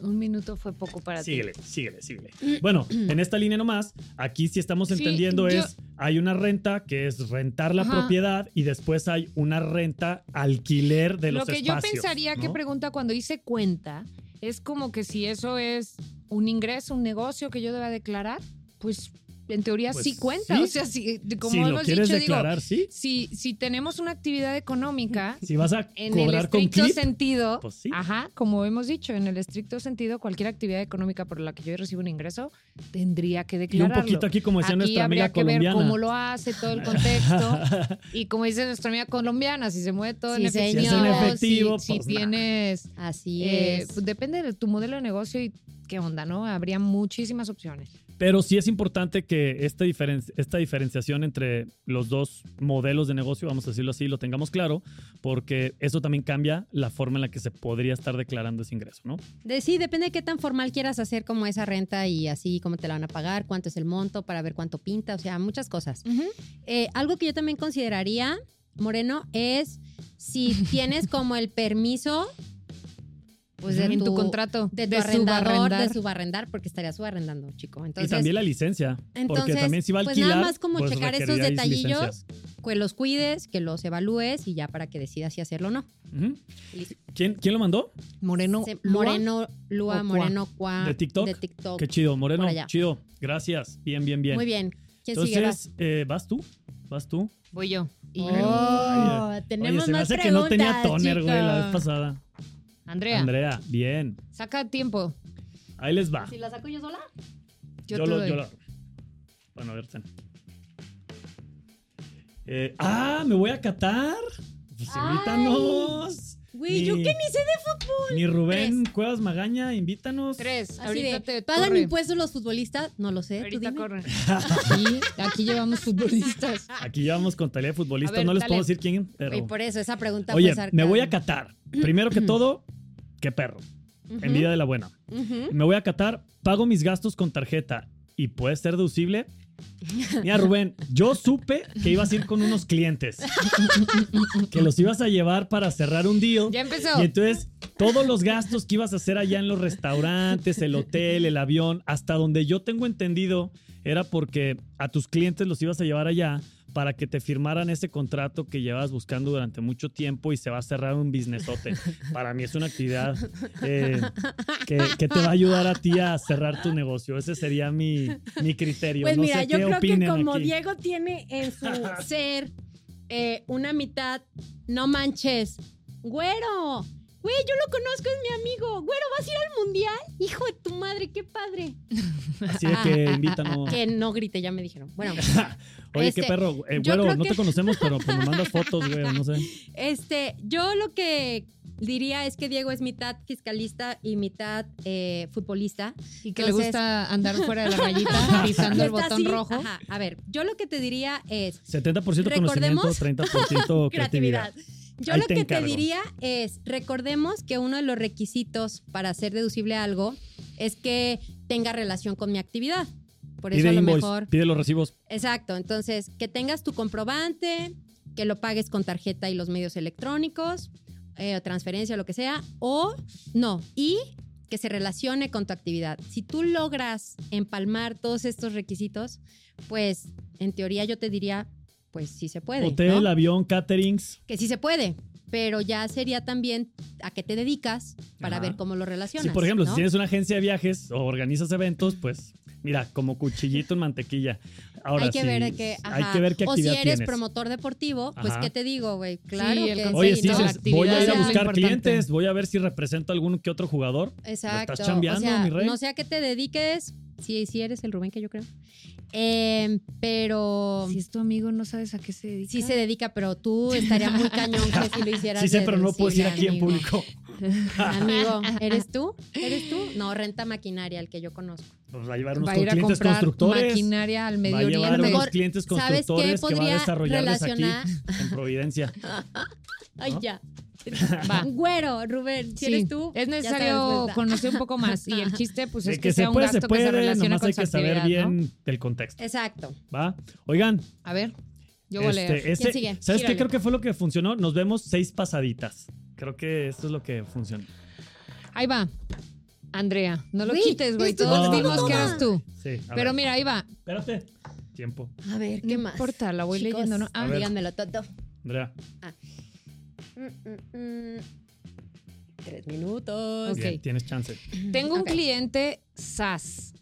Speaker 4: Un minuto fue poco Mm, para ti. Mm.
Speaker 2: Síguele, síguele, síguele. Bueno, en esta línea nomás, aquí sí estamos
Speaker 4: Sí,
Speaker 2: entendiendo
Speaker 4: yo-
Speaker 2: es, hay una renta que es rentar la
Speaker 4: Ajá.
Speaker 2: propiedad y después hay una renta alquiler de
Speaker 4: Lo
Speaker 2: los
Speaker 4: que
Speaker 2: espacios.
Speaker 4: yo pensaría que
Speaker 2: ¿no?
Speaker 4: pregunta cuando dice cuenta es como que si eso es un ingreso, un negocio que yo deba declarar, pues en teoría
Speaker 2: Pues
Speaker 4: sí cuenta.
Speaker 2: sí.
Speaker 4: O sea, si, de- como
Speaker 2: si lo
Speaker 4: hemos
Speaker 2: quieres
Speaker 4: dicho,
Speaker 2: declarar, sí.
Speaker 4: digo, si, si tenemos una actividad económica
Speaker 2: Si vas a
Speaker 4: en el
Speaker 2: cobrar con
Speaker 4: estricto
Speaker 2: clip,
Speaker 4: sentido,
Speaker 2: pues sí.
Speaker 4: ajá, como hemos dicho, en el estricto sentido, cualquier actividad económica por la que yo recibo un ingreso tendría que
Speaker 2: y un
Speaker 4: declararlo.
Speaker 2: poquito aquí, como decía
Speaker 4: Aquí
Speaker 2: nuestra
Speaker 4: habría
Speaker 2: amiga
Speaker 4: que ver
Speaker 2: colombiana.
Speaker 4: cómo lo hace, todo el contexto. Y como dice nuestra amiga colombiana, si se mueve todo
Speaker 3: Sí,
Speaker 4: en
Speaker 3: señor.
Speaker 4: efectivo,
Speaker 3: Si es en
Speaker 2: efectivo,
Speaker 4: si, si
Speaker 2: pues, nah.
Speaker 4: tienes...
Speaker 3: Así
Speaker 4: eh,
Speaker 3: es.
Speaker 4: pues, depende de tu modelo de negocio y qué onda, ¿no? Habría muchísimas opciones.
Speaker 2: Pero sí es importante que esta, diferen- esta diferenciación entre los dos modelos de negocio, vamos a decirlo así, lo tengamos claro, porque eso también cambia la forma en la que se podría estar declarando ese ingreso, ¿no?
Speaker 3: De- sí, depende de qué tan formal quieras hacer como esa renta y así cómo te la van a pagar, cuánto es el monto para ver cuánto pinta, o sea, muchas cosas. Eh, algo que yo también consideraría, Moreno, es si tienes como el permiso pues de
Speaker 4: en tu,
Speaker 3: tu,
Speaker 4: contrato
Speaker 3: de tu
Speaker 4: de
Speaker 3: arrendador,
Speaker 4: subarrendar.
Speaker 3: de subarrendar, porque estaría subarrendando, chico. Entonces,
Speaker 2: y también la licencia. porque
Speaker 3: entonces,
Speaker 2: también si va a
Speaker 3: pues
Speaker 2: alquilar.
Speaker 3: nada más como
Speaker 2: pues
Speaker 3: checar esos
Speaker 2: requeriríais
Speaker 3: detallillos.
Speaker 2: licencias.
Speaker 3: que los cuides, que los evalúes y ya para que decidas si hacerlo o no.
Speaker 2: Ujú.
Speaker 3: Listo.
Speaker 2: ¿Quién, quién lo mandó?
Speaker 4: Moreno.
Speaker 3: Se-
Speaker 4: Lua.
Speaker 3: Moreno, Lua,
Speaker 4: o Cuá.
Speaker 3: Moreno, Cuá.
Speaker 2: ¿De TikTok?
Speaker 3: De TikTok.
Speaker 2: Qué chido, Moreno.
Speaker 3: por allá.
Speaker 2: Chido. Gracias. Bien, bien, bien.
Speaker 3: Muy bien. ¿Quién sigue? Vas.
Speaker 2: Entonces, eh, vas tú. ¿Vas tú?
Speaker 4: Voy yo. Y-
Speaker 3: Oh, tenemos
Speaker 2: Oye, se me
Speaker 3: más
Speaker 2: hace que
Speaker 3: preguntas,
Speaker 2: no tenía toner, güey, la vez
Speaker 3: chicos.
Speaker 2: pasada.
Speaker 4: Andrea,
Speaker 2: Andrea, bien.
Speaker 4: saca tiempo.
Speaker 2: Ahí les va.
Speaker 3: Si la saco yo sola.
Speaker 4: Yo,
Speaker 2: Yo
Speaker 4: te
Speaker 2: lo,
Speaker 4: doy.
Speaker 2: yo lo- Bueno, a ver, ten. Eh, ah, me voy a Qatar. Pues
Speaker 3: Ay.
Speaker 2: invítanos.
Speaker 3: Güey, yo
Speaker 2: Ni-
Speaker 3: que ni sé de fútbol.
Speaker 2: Mi Rubén Cuevas Magaña, invítanos.
Speaker 4: Tres.
Speaker 3: Así
Speaker 4: ahorita
Speaker 3: de,
Speaker 4: te
Speaker 3: ¿pagan
Speaker 4: corre.
Speaker 3: impuestos los futbolistas? No lo sé, tú
Speaker 4: Ahorita
Speaker 3: dime.
Speaker 4: corren. Eh, pues Sí, aquí llevamos futbolistas.
Speaker 2: Aquí ya vamos con tarea de futbolistas.
Speaker 4: A ver,
Speaker 2: no les
Speaker 4: dale.
Speaker 2: puedo decir quién, pero.
Speaker 3: Güey, por eso, esa pregunta
Speaker 2: Oye,
Speaker 3: fue sarcasmo.
Speaker 2: me voy a Qatar. Primero que todo, qué perro.
Speaker 3: Ujú,
Speaker 2: En vida de la buena.
Speaker 3: ujú.
Speaker 2: Me voy a Qatar, pago mis gastos con tarjeta y puede ser deducible. Mira, Rubén, yo supe que ibas a ir con unos clientes, que los ibas a llevar para cerrar un deal.
Speaker 4: Ya empezó.
Speaker 2: Y entonces, todos los gastos que ibas a hacer allá en los restaurantes, el hotel, el avión, hasta donde yo tengo entendido, era porque a tus clientes los ibas a llevar allá para que te firmaran ese contrato que llevas buscando durante mucho tiempo y se va a cerrar un businessote. Para mí es una actividad eh, que, que te va a ayudar a ti a cerrar tu negocio. Ese sería mi, mi criterio.
Speaker 3: Pues
Speaker 2: no
Speaker 3: mira,
Speaker 2: sé
Speaker 3: yo
Speaker 2: qué
Speaker 3: creo que
Speaker 2: opinen
Speaker 3: como
Speaker 2: aquí.
Speaker 3: Diego tiene en su ser eh, una mitad, no manches, güero. Güey, yo lo conozco, es mi amigo. Güero, ¿vas a ir al mundial? Hijo de tu madre, qué padre.
Speaker 2: Así de que invítanos.
Speaker 3: Que no grite, ya me dijeron. Bueno,
Speaker 2: Oye,
Speaker 3: Este,
Speaker 2: qué perro. Eh,
Speaker 3: yo
Speaker 2: bueno,
Speaker 3: creo
Speaker 2: no
Speaker 3: que-
Speaker 2: te conocemos, pero pues nos mandas fotos, güey, no sé.
Speaker 3: Este, yo lo que diría es que Diego es mitad fiscalista y mitad eh, futbolista.
Speaker 4: Y que le
Speaker 3: Entonces-
Speaker 4: gusta andar fuera de la rayita, pisando el
Speaker 3: Está
Speaker 4: botón
Speaker 3: así.
Speaker 4: rojo.
Speaker 3: Ajá. A ver, yo lo que te diría es
Speaker 2: 70% conocimiento,
Speaker 3: Recordemos-
Speaker 2: 30% creatividad.
Speaker 3: creatividad. Yo
Speaker 2: Ahí
Speaker 3: lo
Speaker 2: te
Speaker 3: que te
Speaker 2: encargo.
Speaker 3: diría es, recordemos que uno de los requisitos para hacer deducible algo es que tenga relación con mi actividad. Por eso
Speaker 2: Pide
Speaker 3: a lo
Speaker 2: invoice,
Speaker 3: mejor.
Speaker 2: pide los recibos.
Speaker 3: Exacto, entonces que tengas tu comprobante, que lo pagues con tarjeta y los medios electrónicos, eh, o transferencia, lo que sea, o no, y que se relacione con tu actividad. Si tú logras empalmar todos estos requisitos, pues en teoría yo te diría, pues sí se puede.
Speaker 2: Hotel,
Speaker 3: ¿no?
Speaker 2: avión, caterings.
Speaker 3: Que sí se puede, pero ya sería también a qué te dedicas para
Speaker 2: Ajá.
Speaker 3: ver cómo lo relacionas.
Speaker 2: Si, por ejemplo, si
Speaker 3: ¿no?
Speaker 2: tienes una agencia de viajes o organizas eventos, pues mira, como cuchillito en mantequilla. Ahora
Speaker 3: hay que
Speaker 2: sí,
Speaker 3: ver que,
Speaker 2: hay que ver qué
Speaker 3: o si
Speaker 2: actividad
Speaker 3: eres
Speaker 2: tienes.
Speaker 3: promotor deportivo, pues
Speaker 2: Ajá.
Speaker 3: qué te digo, güey. Claro
Speaker 4: el
Speaker 3: que
Speaker 4: consejo.
Speaker 2: Oye,
Speaker 4: Sí,
Speaker 2: sí,
Speaker 4: ¿no?
Speaker 2: dices,
Speaker 4: Actividad
Speaker 2: voy a ir
Speaker 3: es
Speaker 2: a
Speaker 3: lo
Speaker 2: buscar
Speaker 4: importante.
Speaker 2: clientes, voy a ver si represento algún que otro jugador.
Speaker 3: Exacto.
Speaker 2: estás chambeando,
Speaker 3: o sea,
Speaker 2: mi rey.
Speaker 3: No sea que te dediques. Sí, sí eres el Rubén que yo creo. Eh, pero
Speaker 4: Si es tu amigo, no sabes a qué se dedica.
Speaker 3: sí se dedica, pero tú estaría muy cañón que si lo hicieras.
Speaker 2: Sí sé, pero no puedo ir aquí en
Speaker 3: deducible, amigo.
Speaker 2: público.
Speaker 3: Amigo, ¿eres tú? ¿Eres tú? No, renta maquinaria, el que yo conozco.
Speaker 2: Pues va a llevar unos
Speaker 4: Va a
Speaker 2: con
Speaker 4: ir a
Speaker 2: clientes
Speaker 4: comprar
Speaker 2: constructores.
Speaker 4: maquinaria al
Speaker 2: Va
Speaker 4: Medio
Speaker 2: a llevar
Speaker 4: Oriente.
Speaker 2: unos
Speaker 3: Mejor,
Speaker 2: clientes
Speaker 3: ¿Sabes qué
Speaker 2: constructores que va a
Speaker 3: podría
Speaker 2: desarrollarles aquí
Speaker 3: relacionar?
Speaker 2: en Providencia.
Speaker 3: Ay,
Speaker 2: ¿No?
Speaker 3: ya.
Speaker 4: Va.
Speaker 3: Güero, Rubén, si
Speaker 4: Sí.
Speaker 3: eres tú.
Speaker 4: Es
Speaker 3: ya
Speaker 4: necesario
Speaker 3: sabes, pues, ¿verdad?
Speaker 4: conocer un poco más. Y el chiste, pues,
Speaker 2: De
Speaker 4: es que, sea un gasto que se relacione
Speaker 2: nomás
Speaker 4: con
Speaker 2: hay
Speaker 4: su
Speaker 2: que saber
Speaker 4: actividad,
Speaker 2: bien
Speaker 4: ¿no?
Speaker 2: el contexto,
Speaker 3: Exacto.
Speaker 2: ¿va? Oigan,
Speaker 4: A ver, yo voy a
Speaker 2: este,
Speaker 4: leer.
Speaker 2: este-
Speaker 3: ¿Quién sigue?
Speaker 2: ¿sabes
Speaker 3: Gírale.
Speaker 2: qué? Creo que fue lo que funcionó. Nos vemos seis pasaditas. Creo que esto es lo que funcionó. eh,
Speaker 4: Ahí va. Andrea, no lo
Speaker 3: Güey,
Speaker 4: quites, güey.
Speaker 3: estoy
Speaker 4: Todos
Speaker 2: contando
Speaker 4: vimos que
Speaker 2: todas.
Speaker 4: eras tú.
Speaker 2: Sí, a
Speaker 4: Pero
Speaker 2: ver,
Speaker 4: mira, ahí va.
Speaker 2: Espérate. Tiempo.
Speaker 3: A ver, ¿qué
Speaker 4: No
Speaker 3: más?
Speaker 4: importa, la voy
Speaker 3: Chicos,
Speaker 4: leyendo, ¿no?
Speaker 2: A
Speaker 4: Ah,
Speaker 2: ver.
Speaker 3: Díganmelo todo.
Speaker 2: Andrea.
Speaker 3: Mm, mm, mm. Tres minutos.
Speaker 4: Ok.
Speaker 2: Bien, tienes chance.
Speaker 4: tengo un
Speaker 3: Ok.
Speaker 4: cliente SAS.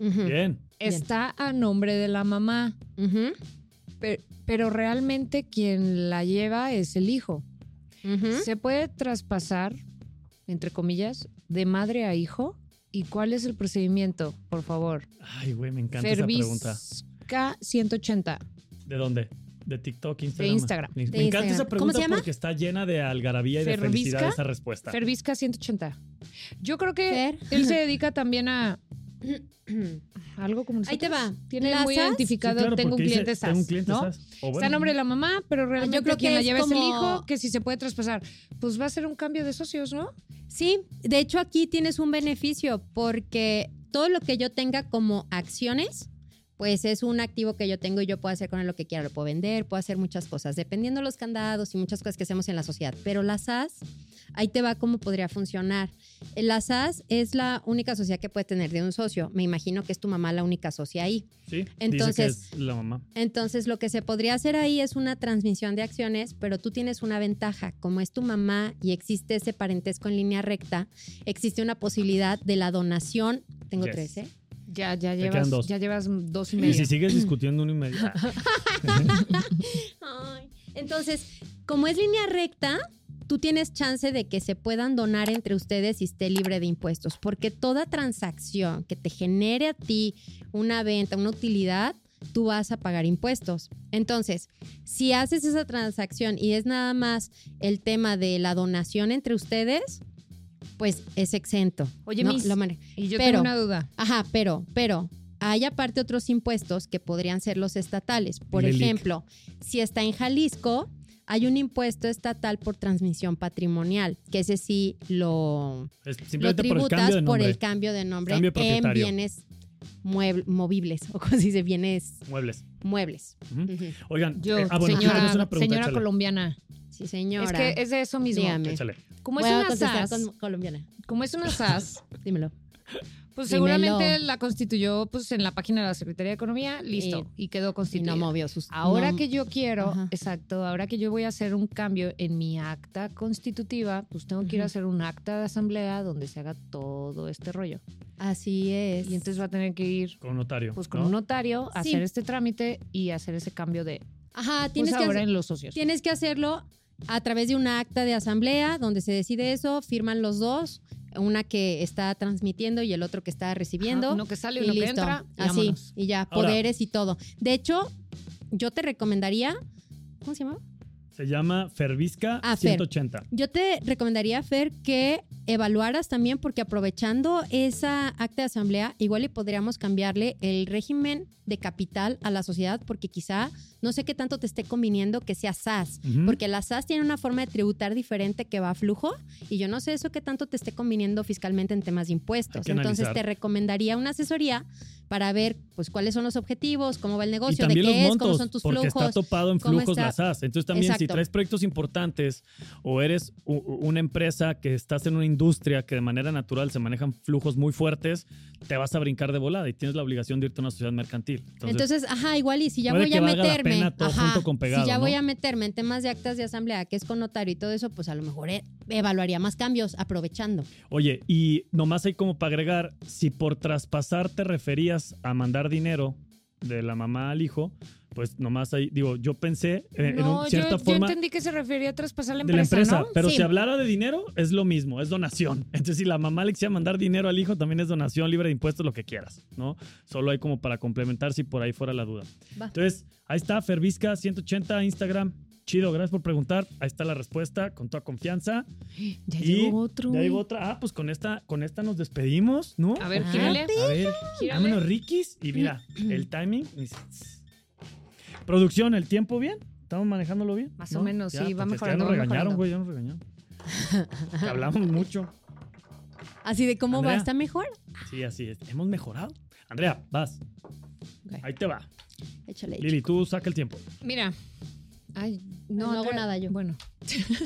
Speaker 4: Mm.
Speaker 3: Ujú,
Speaker 2: Bien.
Speaker 4: Está a nombre de la mamá,
Speaker 3: ujú,
Speaker 4: pero, pero realmente quien la lleva es el hijo.
Speaker 3: ujú.
Speaker 4: ¿Se puede traspasar, entre comillas, de madre a hijo? ¿Y cuál es el procedimiento, por favor?
Speaker 2: Ay, güey, me encanta esa pregunta.
Speaker 4: Fervisca 180.
Speaker 2: ¿De dónde? ¿De TikTok, Instagram?
Speaker 4: Instagram.
Speaker 2: Me, me
Speaker 3: De
Speaker 2: encanta
Speaker 3: Instagram.
Speaker 2: esa
Speaker 3: ¿Cómo
Speaker 2: pregunta
Speaker 3: se llama?
Speaker 2: porque está llena de algarabía y de
Speaker 4: ¿Fervisca?
Speaker 2: felicidad esa respuesta.
Speaker 4: Fervisca 180. Yo creo que
Speaker 3: Fer.
Speaker 4: él se dedica también a algo como
Speaker 3: Ahí te
Speaker 4: nosotros.
Speaker 3: va.
Speaker 4: Tiene
Speaker 3: ¿La
Speaker 4: muy
Speaker 3: SAS?
Speaker 2: Sí,
Speaker 4: identificado,
Speaker 2: claro,
Speaker 4: tengo un
Speaker 2: porque dice,
Speaker 4: cliente SAS.
Speaker 2: Tengo un cliente
Speaker 4: ¿no?
Speaker 2: SAS. O
Speaker 4: Está a
Speaker 2: bueno,
Speaker 4: nombre de la mamá, pero realmente
Speaker 3: creo
Speaker 4: quien
Speaker 3: que
Speaker 4: la
Speaker 3: es
Speaker 4: lleva es el
Speaker 3: como-
Speaker 4: hijo, que si se puede traspasar. Pues va a ser un cambio de socios, ¿no?
Speaker 3: Sí, de hecho aquí tienes un beneficio porque todo lo que yo tenga como acciones, pues es un activo que yo tengo y yo puedo hacer con él lo que quiera, lo puedo vender, puedo hacer muchas cosas, dependiendo los candados y muchas cosas que hacemos en la sociedad. Pero la SAS, ahí te va cómo podría funcionar. La SAS es la única sociedad que puedes tener de un socio. Me imagino que es tu mamá la única socia ahí.
Speaker 2: Sí,
Speaker 3: Entonces-
Speaker 2: dice que es la mamá.
Speaker 3: Entonces, lo que se podría hacer ahí es una transmisión de acciones, pero tú tienes una ventaja. Como es tu mamá y existe ese parentesco en línea recta, existe una posibilidad de la donación. Tengo
Speaker 2: Yes.
Speaker 3: tres, ¿eh?
Speaker 4: Ya, ya
Speaker 2: quedan
Speaker 4: llevas,
Speaker 2: dos.
Speaker 4: ya llevas dos y
Speaker 2: Y
Speaker 4: medio.
Speaker 2: si sigues discutiendo uno y medio.
Speaker 3: Ay. Entonces, como es línea recta, tú tienes chance de que se puedan donar entre ustedes y esté libre de impuestos, porque toda transacción que te genere a ti una venta, una utilidad, tú vas a pagar impuestos. Entonces, si haces esa transacción y es nada más el tema de la donación entre ustedes, pues es exento.
Speaker 4: Oye,
Speaker 3: ¿no?
Speaker 4: Miss.
Speaker 3: Lo mane-
Speaker 4: Y yo
Speaker 3: Pero-
Speaker 4: tengo una duda.
Speaker 3: Ajá, pero, pero hay aparte otros impuestos que podrían ser los estatales. Por
Speaker 2: El ELIC.
Speaker 3: ejemplo, si está en Jalisco, hay un impuesto estatal por transmisión patrimonial, que ese sí lo,
Speaker 2: Es
Speaker 3: lo
Speaker 2: Simplemente por el
Speaker 3: tributas
Speaker 2: cambio de
Speaker 3: por
Speaker 2: nombre.
Speaker 3: el cambio de nombre
Speaker 2: Cambio
Speaker 3: en
Speaker 2: propietario.
Speaker 3: bienes mueble- movibles, o como se dice, bienes
Speaker 2: Muebles.
Speaker 3: muebles.
Speaker 2: Ujú.
Speaker 3: Ujú.
Speaker 2: Oigan,
Speaker 4: Yo,
Speaker 2: eh, ah, bueno, tú
Speaker 4: señora,
Speaker 2: tienes una pregunta,
Speaker 4: señora
Speaker 2: échale.
Speaker 4: colombiana.
Speaker 3: Sí, señora.
Speaker 4: Es que es de eso mismo.
Speaker 3: Dígame.
Speaker 2: Échale.
Speaker 4: Como es
Speaker 3: Voy a
Speaker 4: una
Speaker 3: contestar
Speaker 4: SAS,
Speaker 3: con- colombiana.
Speaker 4: como es una SAS,
Speaker 3: Dímelo. Dímelo.
Speaker 4: pues seguramente la constituyó pues en la página de la Secretaría de Economía, listo, y quedó
Speaker 3: Si
Speaker 4: constituida.
Speaker 3: no movió sus.
Speaker 4: Ahora
Speaker 3: no-
Speaker 4: que yo quiero,
Speaker 3: Ajá.
Speaker 4: exacto, ahora que yo voy a hacer un cambio en mi acta constitutiva, pues tengo que ir a
Speaker 3: Ujú.
Speaker 4: hacer un acta de asamblea donde se haga todo este rollo.
Speaker 3: Así es.
Speaker 4: Y entonces va a tener que ir
Speaker 2: Con un notario.
Speaker 4: pues con
Speaker 2: ¿no?
Speaker 4: un notario a
Speaker 3: Sí.
Speaker 4: hacer este trámite y hacer ese cambio de
Speaker 3: Ajá,
Speaker 4: pues
Speaker 3: tienes que.
Speaker 4: ahora en los socios.
Speaker 3: Tienes que hacerlo a través de una acta de asamblea donde se decide eso, firman los dos, una que está transmitiendo y el otro que está recibiendo.
Speaker 4: Ajá, Uno que sale,
Speaker 3: y
Speaker 4: uno que
Speaker 3: listo.
Speaker 4: entra, y
Speaker 3: Así,
Speaker 4: vámonos.
Speaker 3: y ya,
Speaker 2: Ahora-
Speaker 3: poderes y todo. De hecho, yo te recomendaría. ¿Cómo se llama?
Speaker 2: Se llama Fervisca
Speaker 3: Ah, Fer.
Speaker 2: 180.
Speaker 3: Yo te recomendaría, Fer, que evaluaras también, porque aprovechando esa acta de asamblea, igual y podríamos cambiarle el régimen de capital a la sociedad, porque quizá no sé qué tanto te esté conviniendo que sea SAS.
Speaker 2: Ujú.
Speaker 3: Porque la SAS tiene una forma de tributar diferente que va a flujo y yo no sé eso qué tanto te esté conviniendo fiscalmente en temas de
Speaker 2: Hay
Speaker 3: impuestos.
Speaker 2: que
Speaker 3: Entonces
Speaker 2: analizar.
Speaker 3: te recomendaría una asesoría para ver pues cuáles son los objetivos, cómo va el
Speaker 2: y
Speaker 3: negocio, de
Speaker 2: también los
Speaker 3: qué es,
Speaker 2: montos,
Speaker 3: cómo son tus
Speaker 2: porque está
Speaker 3: flujos.
Speaker 2: topado en
Speaker 3: cómo
Speaker 2: flujos
Speaker 3: está-
Speaker 2: la SAS. Entonces también si
Speaker 3: Exacto.
Speaker 2: traes proyectos importantes o eres u- u- una empresa que estás en una industria que de manera natural se manejan flujos muy fuertes, te vas a brincar de volada y tienes la obligación de irte a una sociedad mercantil. Entonces,
Speaker 3: Entonces, ajá, igual y si ya
Speaker 2: puede
Speaker 3: voy
Speaker 2: que
Speaker 3: a
Speaker 2: valga la
Speaker 3: meterme,
Speaker 2: pena todo
Speaker 3: ajá,
Speaker 2: junto con pegado,
Speaker 3: si ya
Speaker 2: ¿no?
Speaker 3: voy a meterme en temas de actas de asamblea, que es con notario y todo eso, pues a lo mejor eh, evaluaría más cambios aprovechando.
Speaker 2: oye, y nomás hay como para agregar, si por traspasar te referías a mandar dinero de la mamá al hijo, pues nomás ahí, digo, yo pensé eh, en
Speaker 4: No,
Speaker 2: un-
Speaker 4: yo,
Speaker 2: cierta
Speaker 4: yo
Speaker 2: forma...
Speaker 4: entendí que se refería a traspasar la
Speaker 2: de la
Speaker 4: empresa,
Speaker 2: empresa,
Speaker 4: ¿no?
Speaker 2: pero
Speaker 3: Sí.
Speaker 2: si hablara de dinero es lo mismo, es donación. Entonces, si la mamá le quisiera mandar dinero al hijo, también es donación, libre de impuestos, lo que quieras, ¿no? Solo hay como para complementar si por ahí fuera la duda.
Speaker 3: Va.
Speaker 2: Entonces, ahí está, Fervisca 180 Instagram. Chido, gracias por preguntar. Ahí está la respuesta, con toda confianza.
Speaker 4: Ya
Speaker 2: Y
Speaker 4: llegó otro.
Speaker 2: Ya hay otra. Ah, pues con esta, con esta nos despedimos, ¿no?
Speaker 4: A ver,
Speaker 3: Ah,
Speaker 4: gírale.
Speaker 2: A ver,
Speaker 4: Gírale.
Speaker 2: vámonos, Rikis. Y mira, el timing. Producción, el tiempo bien. Estamos manejándolo bien.
Speaker 4: Más o menos, sí, va
Speaker 2: porque
Speaker 4: mejorando,
Speaker 2: Ya
Speaker 4: va
Speaker 2: nos regañaron,
Speaker 4: mejorando.
Speaker 2: güey, ya nos regañaron. Que Hablamos mucho.
Speaker 3: Así de cómo va,
Speaker 2: Andrea.
Speaker 3: está mejor.
Speaker 2: Sí, así es. Hemos mejorado. Andrea, vas.
Speaker 3: Ok.
Speaker 2: Ahí te va.
Speaker 3: Échale.
Speaker 2: Lili, tú saca el tiempo.
Speaker 4: Mira. Ay, no,
Speaker 3: No hago
Speaker 4: otra-
Speaker 3: nada yo.
Speaker 4: Bueno,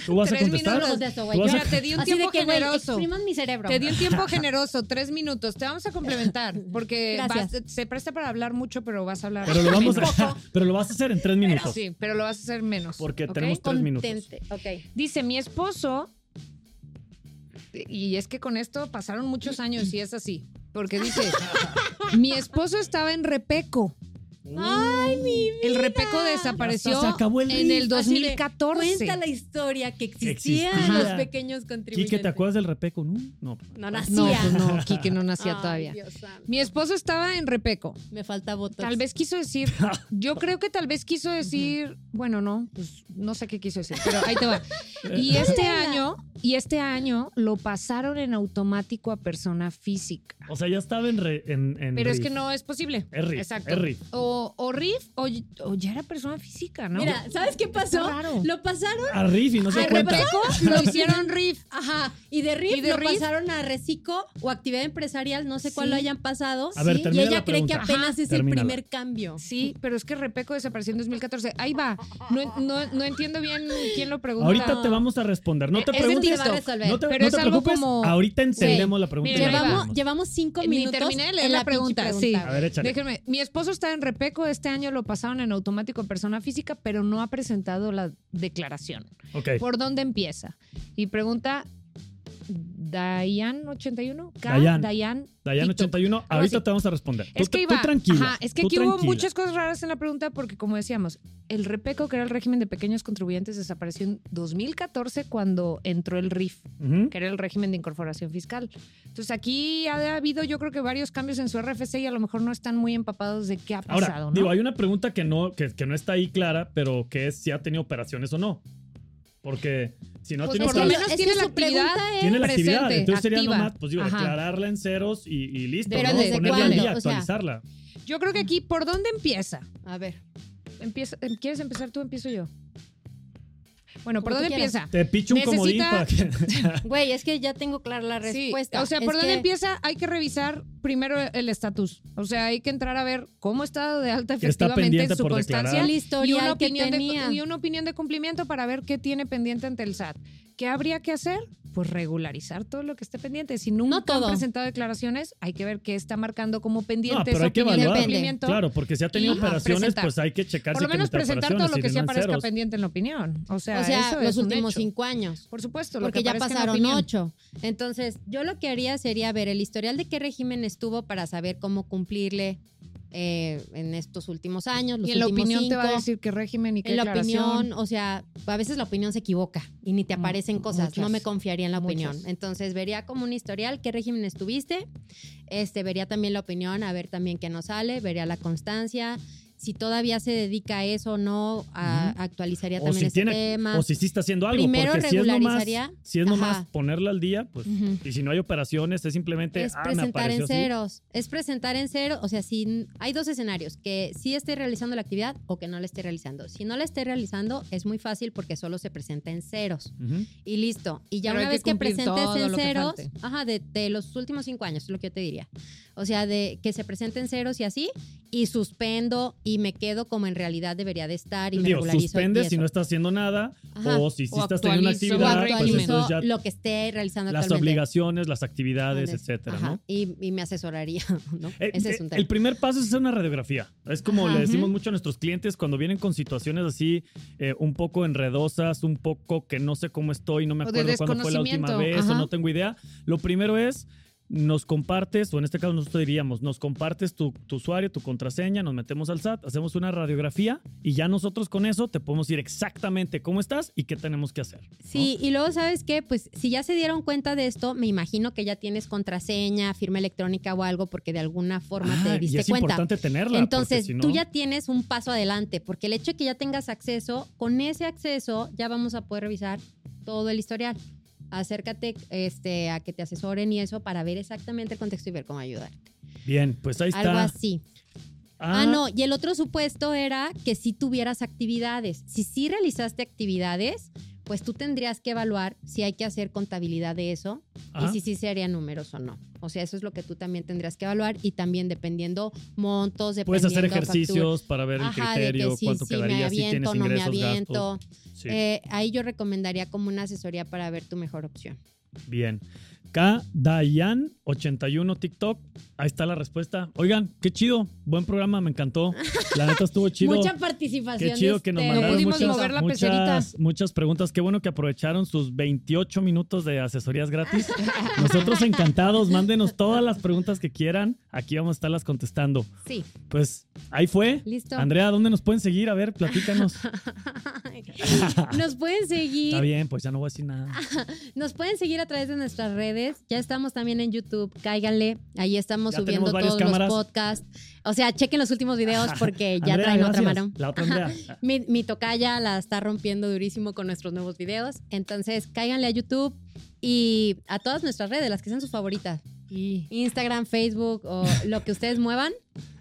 Speaker 2: Tú vas a
Speaker 4: Tres
Speaker 2: contestar.
Speaker 4: minutos.
Speaker 3: Contesto, güey.
Speaker 2: Tú vas
Speaker 3: Yo-
Speaker 2: a-
Speaker 4: mira, te di un
Speaker 3: Así de
Speaker 4: tiempo
Speaker 3: que, güey,
Speaker 4: generoso.
Speaker 3: expriman mi cerebro.
Speaker 4: Te di un tiempo generoso, tres minutos. Te vamos a complementar porque vas-
Speaker 3: Gracias.
Speaker 4: se presta para hablar mucho, pero vas a hablar.
Speaker 2: Pero lo, vamos
Speaker 4: menos.
Speaker 2: a, pero lo vas a hacer en tres minutos.
Speaker 4: Sí, pero lo vas a hacer menos.
Speaker 2: Porque
Speaker 4: ¿ok?
Speaker 2: tenemos tres minutos.
Speaker 3: Contente. Ok.
Speaker 4: Dice mi esposo y es que con esto pasaron muchos años y es así, porque dice mi esposo estaba en repeco.
Speaker 2: Uh.
Speaker 3: Ay, mi
Speaker 4: El repeco
Speaker 2: Ya
Speaker 4: desapareció
Speaker 2: se acabó el riff.
Speaker 4: en el
Speaker 3: Así de,
Speaker 4: 2014.
Speaker 3: Cuenta la historia que
Speaker 2: existía.
Speaker 3: existían los
Speaker 2: Ajá.
Speaker 3: pequeños contribuyentes.
Speaker 2: Quique, ¿te acuerdas del repeco? No, no.
Speaker 3: No nacía.
Speaker 4: No, pues no, Quique no nacía
Speaker 3: Ay,
Speaker 4: todavía.
Speaker 3: Dios santo.
Speaker 4: Mi esposo estaba en repeco.
Speaker 3: Me falta votos.
Speaker 4: Tal vez quiso decir, yo creo que tal vez quiso decir, bueno, no, pues no sé qué quiso decir, pero ahí te va. Y este año, y este año lo pasaron en automático a persona física.
Speaker 2: O sea, ya estaba en. re- en- en
Speaker 4: Pero es
Speaker 2: riff.
Speaker 4: que no es posible.
Speaker 2: Es riff,
Speaker 4: Exacto.
Speaker 2: es riff.
Speaker 4: O, o RIF o, o ya era persona física, ¿no?
Speaker 3: Mira, ¿sabes qué
Speaker 4: Está
Speaker 3: pasó?
Speaker 4: raro.
Speaker 3: Lo pasaron
Speaker 2: A Riff y no
Speaker 4: Al
Speaker 2: se cuenta.
Speaker 4: Repeco lo hicieron RIF.
Speaker 3: Ajá, y de RIF
Speaker 4: ¿Y de
Speaker 3: lo
Speaker 4: RIF?
Speaker 3: pasaron a Recico o Actividad Empresarial, no sé cuál
Speaker 4: Sí.
Speaker 3: lo hayan pasado.
Speaker 2: A ver,
Speaker 3: sí, y
Speaker 2: termina
Speaker 3: ella
Speaker 2: la
Speaker 3: cree que
Speaker 2: pregunta.
Speaker 3: apenas es
Speaker 2: Termínala.
Speaker 3: el primer cambio.
Speaker 4: Sí, pero es que Repeco desapareció en 2014. Ahí va. No, no, no entiendo bien quién lo pregunta.
Speaker 2: Ahorita te vamos a responder. No te
Speaker 4: Es
Speaker 2: preguntes.
Speaker 3: Se va a resolver.
Speaker 2: No te,
Speaker 4: pero
Speaker 2: no
Speaker 4: es
Speaker 2: te
Speaker 4: algo
Speaker 2: preocupes.
Speaker 4: como-
Speaker 2: Ahorita entendemos la
Speaker 4: Mira,
Speaker 2: pregunta. y la
Speaker 3: Llevamos,
Speaker 2: respondemos.
Speaker 3: llevamos cinco
Speaker 4: Eh, Ni
Speaker 3: minutos.
Speaker 4: terminé de leer
Speaker 3: en pinche
Speaker 4: la pregunta,
Speaker 2: A ver, échale.
Speaker 4: Déjenme. Mi esposo está en Repeco. Este año lo pasaron en automático a persona física, pero no ha presentado la declaración.
Speaker 2: Ok.
Speaker 4: ¿Por dónde empieza? Y pregunta Dayan81. K.
Speaker 2: Dayan.
Speaker 4: Dayan.
Speaker 2: Dayan
Speaker 4: TikTok.
Speaker 2: 81, ahorita
Speaker 4: así.
Speaker 2: te vamos a responder.
Speaker 4: Es
Speaker 2: tú,
Speaker 4: que
Speaker 2: tú
Speaker 4: iba.
Speaker 2: tranquila.
Speaker 4: ajá, es que
Speaker 2: tú
Speaker 4: aquí hubo
Speaker 2: tranquila.
Speaker 4: muchas cosas raras en la pregunta porque, como decíamos, el repeco, que era el régimen de pequeños contribuyentes, desapareció en 2014 cuando entró el RIF,
Speaker 2: Ujú.
Speaker 4: que era el régimen de incorporación fiscal. Entonces, aquí ha habido, yo creo que varios cambios en su RFC y a lo mejor no están muy empapados de qué ha
Speaker 2: Ahora,
Speaker 4: pasado, ¿no?
Speaker 2: digo, hay una pregunta que no, que, que no está ahí clara, pero que es si ha tenido operaciones o no. Porque si no ha
Speaker 4: Pues
Speaker 2: tenido
Speaker 4: por lo
Speaker 2: operaciones,
Speaker 4: menos tiene la
Speaker 3: su pregunta
Speaker 4: actividad,
Speaker 3: es-
Speaker 2: tiene la
Speaker 4: presente,
Speaker 2: actividad. Entonces sería
Speaker 4: activa.
Speaker 2: nomás, pues digo,
Speaker 4: Ajá.
Speaker 2: declararla en ceros y, y listo,
Speaker 3: Pero
Speaker 2: ¿no?
Speaker 3: ¿desde
Speaker 2: Ponerla al
Speaker 3: cuándo?
Speaker 2: día,
Speaker 3: O sea-
Speaker 2: actualizarla.
Speaker 4: Yo creo que aquí, ¿por dónde empieza?
Speaker 3: A ver.
Speaker 4: Empieza- em, ¿Quieres empezar tú? Empiezo yo. Bueno, ¿por
Speaker 3: Como tú
Speaker 4: dónde
Speaker 3: quieras.
Speaker 4: empieza?
Speaker 2: Te picho un comodín
Speaker 4: Necesita-
Speaker 2: para que.
Speaker 3: Güey, es que ya tengo clara la
Speaker 4: Sí,
Speaker 3: respuesta.
Speaker 4: O sea,
Speaker 3: Es
Speaker 4: ¿por dónde
Speaker 3: que-
Speaker 4: empieza? Hay que revisar primero el estatus. O sea, hay que entrar a ver cómo está de alta
Speaker 2: Que está
Speaker 4: efectivamente
Speaker 2: pendiente
Speaker 4: en su
Speaker 2: por
Speaker 4: constancia.
Speaker 2: declarar.
Speaker 3: El
Speaker 4: Y una,
Speaker 3: historial que
Speaker 4: opinión
Speaker 3: tenía.
Speaker 4: de, y una opinión de cumplimiento para ver qué tiene pendiente ante el SAT. ¿Qué habría que hacer? Pues regularizar todo lo que esté pendiente. Si nunca
Speaker 3: todo.
Speaker 4: han presentado declaraciones, hay que ver qué está marcando como pendiente.
Speaker 2: No, pero
Speaker 4: esa
Speaker 2: hay que
Speaker 4: opinión de
Speaker 2: evaluar.
Speaker 4: cumplimiento.
Speaker 2: Claro, porque si ha tenido
Speaker 4: Ajá,
Speaker 2: operaciones,
Speaker 4: presentar.
Speaker 2: pues hay que checar
Speaker 4: Por
Speaker 2: si
Speaker 4: lo menos
Speaker 2: tiene
Speaker 4: presentar todo lo
Speaker 2: operaciones,
Speaker 4: que
Speaker 2: si
Speaker 4: sí
Speaker 2: no en
Speaker 4: aparezca
Speaker 2: ceros.
Speaker 4: pendiente en la opinión. O sea,
Speaker 3: o sea,
Speaker 4: Ah, eso
Speaker 3: los
Speaker 4: es un
Speaker 3: últimos
Speaker 4: hecho.
Speaker 3: cinco años.
Speaker 4: Por supuesto, lo
Speaker 3: Porque
Speaker 4: que
Speaker 3: ya
Speaker 4: aparezca en la
Speaker 3: pasaron
Speaker 4: opinión.
Speaker 3: ocho. Entonces, yo lo que haría sería ver el historial de qué régimen estuvo para saber cómo cumplirle eh, en estos últimos años. Los
Speaker 4: Y en la
Speaker 3: últimos
Speaker 4: opinión te va a
Speaker 3: cinco.
Speaker 4: decir qué régimen y qué
Speaker 3: En la
Speaker 4: declaración.
Speaker 3: opinión, o sea, a veces la opinión se equivoca y ni te
Speaker 4: Mm,
Speaker 3: aparecen cosas. No
Speaker 4: muchas,
Speaker 3: me confiaría en la opinión.
Speaker 4: muchas.
Speaker 3: Entonces vería como un historial, qué régimen estuviste. Este, vería también la opinión, a ver también qué nos sale, vería la constancia. Si todavía se dedica a eso o no, a- actualizaría
Speaker 2: O
Speaker 3: también
Speaker 2: si,
Speaker 3: ese
Speaker 2: tiene,
Speaker 3: tema.
Speaker 2: o si sí está haciendo algo.
Speaker 3: Primero
Speaker 2: porque si es nomás,
Speaker 3: regularizaría.
Speaker 2: si es nomás
Speaker 3: Ajá.
Speaker 2: ponerla al día, pues.
Speaker 3: Ujú.
Speaker 2: Y si no hay operaciones, es simplemente.
Speaker 3: Es
Speaker 2: ah, me
Speaker 3: presentar
Speaker 2: apareció así.
Speaker 3: en ceros. Es presentar en cero. O sea, si hay dos escenarios, que sí esté realizando la actividad o que no la esté realizando. Si no la esté realizando, es muy fácil porque solo se presenta en ceros.
Speaker 2: Ujú.
Speaker 3: Y listo. Y ya
Speaker 4: Pero
Speaker 3: una
Speaker 4: hay que
Speaker 3: vez que
Speaker 4: cumplir
Speaker 3: presentes
Speaker 4: todo
Speaker 3: en
Speaker 4: lo que
Speaker 3: ceros,
Speaker 4: falte.
Speaker 3: ajá, de, de los últimos cinco años, es lo que yo te diría. O sea, de que se presenten ceros y así, y suspendo y me quedo como en realidad debería de estar y me
Speaker 2: Digo,
Speaker 3: regularizo.
Speaker 2: suspende si
Speaker 3: empiezo.
Speaker 2: no está haciendo nada.
Speaker 3: Ajá.
Speaker 2: O si sí
Speaker 4: O
Speaker 2: estás teniendo una
Speaker 4: actualizo,
Speaker 3: O
Speaker 2: actividad, pues
Speaker 3: actualizo
Speaker 2: entonces ya
Speaker 3: lo que esté realizando
Speaker 2: las
Speaker 3: actualmente.
Speaker 2: obligaciones, las actividades,
Speaker 3: Andes.
Speaker 2: etcétera,
Speaker 3: Ajá.
Speaker 2: ¿no?
Speaker 3: Y, y me asesoraría, ¿no?
Speaker 2: Eh,
Speaker 3: Ese
Speaker 2: eh,
Speaker 3: es un tema.
Speaker 2: el primer paso es hacer una radiografía. Es como
Speaker 3: Ajá.
Speaker 2: le decimos
Speaker 4: Ujú.
Speaker 2: mucho a nuestros clientes cuando vienen con situaciones así, eh, un poco enredosas, un poco que no sé cómo estoy, no me
Speaker 4: O de
Speaker 2: acuerdo cuándo fue la última
Speaker 4: desconocimiento,
Speaker 2: vez, o
Speaker 4: ajá.
Speaker 2: no tengo idea. Lo primero es, nos compartes, o en este caso nosotros diríamos, nos compartes tu, tu usuario, tu contraseña, nos metemos al SAT, hacemos una radiografía y ya nosotros con eso te podemos decir exactamente cómo estás y qué tenemos que hacer. ¿no?
Speaker 3: Sí, y luego, ¿sabes qué? Pues si ya se dieron cuenta de esto, me imagino que ya tienes contraseña, firma electrónica o algo, porque de alguna forma
Speaker 2: Ah,
Speaker 3: te
Speaker 2: y
Speaker 3: diste
Speaker 2: es
Speaker 3: cuenta.
Speaker 2: importante tenerla.
Speaker 3: Entonces,
Speaker 2: porque si no-
Speaker 3: tú ya tienes un paso adelante, porque el hecho de que ya tengas acceso, con ese acceso ya vamos a poder revisar todo el historial. Acércate este, a que te asesoren y eso para ver exactamente el contexto y ver cómo ayudarte.
Speaker 2: Bien, pues ahí
Speaker 3: Algo
Speaker 2: está.
Speaker 3: así. Ah, no, y el otro supuesto era que si tuvieras actividades. Si sí realizaste actividades, pues tú tendrías que evaluar si hay que hacer contabilidad de eso
Speaker 2: ajá.
Speaker 3: y si sí se harían números o no. O sea, eso es lo que tú también tendrías que evaluar y también dependiendo montos,
Speaker 2: Puedes
Speaker 3: dependiendo
Speaker 2: hacer
Speaker 3: factura.
Speaker 2: ejercicios para ver el
Speaker 3: Ajá, de que
Speaker 2: criterio,
Speaker 3: sí,
Speaker 2: cuánto
Speaker 3: sí, me
Speaker 2: quedaría, si
Speaker 3: aviento,
Speaker 2: tienes
Speaker 3: no me
Speaker 2: ingresos,
Speaker 3: aviento.
Speaker 2: gastos. Sí,
Speaker 3: Eh, ahí yo recomendaría como una asesoría para ver tu mejor opción.
Speaker 2: bien. K. Dayan 81 TikTok. Ahí está la respuesta. Oigan, qué chido. Buen programa, me encantó. La neta estuvo chido.
Speaker 3: Mucha participación.
Speaker 2: Qué chido que nos
Speaker 3: este,
Speaker 2: mandaron
Speaker 4: pudimos
Speaker 2: muchas,
Speaker 4: mover la
Speaker 2: muchas,
Speaker 4: pecerita.
Speaker 2: muchas preguntas. Qué bueno que aprovecharon sus 28 minutos de asesorías gratis. Nosotros encantados. Mándenos todas las preguntas que quieran. Aquí vamos a estarlas contestando.
Speaker 3: Sí,
Speaker 2: Pues ahí fue.
Speaker 3: listo.
Speaker 2: Andrea, ¿dónde nos pueden seguir? A ver, platícanos.
Speaker 3: Nos pueden seguir
Speaker 2: Está bien, pues ya no voy a decir nada.
Speaker 3: Ah, Nos pueden seguir a través de nuestras redes. Ya estamos también en YouTube. Cáiganle. Ahí estamos
Speaker 2: Ya
Speaker 3: subiendo
Speaker 2: tenemos varias
Speaker 3: todos
Speaker 2: cámaras.
Speaker 3: los podcasts. O sea, chequen los últimos videos porque ya
Speaker 2: Andrea,
Speaker 3: traen otra
Speaker 2: gracias.
Speaker 3: mano.
Speaker 2: La otra Andrea.
Speaker 3: Mi, mi tocaya la está rompiendo durísimo con nuestros nuevos videos. Entonces, cáiganle a YouTube y a todas nuestras redes, las que sean sus favoritas.
Speaker 4: Y
Speaker 3: Instagram, Facebook o lo que ustedes muevan.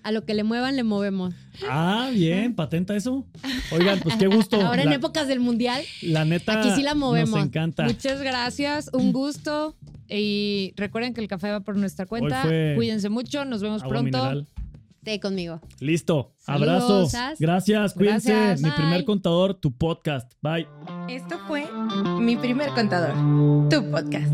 Speaker 3: A lo que le muevan, le movemos.
Speaker 2: Ah, bien, patenta eso. Oigan, pues qué gusto.
Speaker 3: Ahora en
Speaker 2: la,
Speaker 3: épocas del mundial.
Speaker 2: la neta
Speaker 3: aquí sí la movemos.
Speaker 2: nos encanta.
Speaker 4: muchas gracias, un gusto. Y recuerden que el café va por nuestra cuenta.
Speaker 2: Hoy fue
Speaker 4: Cuídense mucho, nos vemos
Speaker 2: Agua
Speaker 4: pronto.
Speaker 2: mineral.
Speaker 3: Te conmigo.
Speaker 2: Listo.
Speaker 4: Saludos.
Speaker 2: Abrazos. Gracias, cuídense.
Speaker 4: Gracias,
Speaker 2: Mi
Speaker 3: bye.
Speaker 2: primer contador, tu podcast. Bye.
Speaker 1: Esto fue Mi primer contador, tu podcast.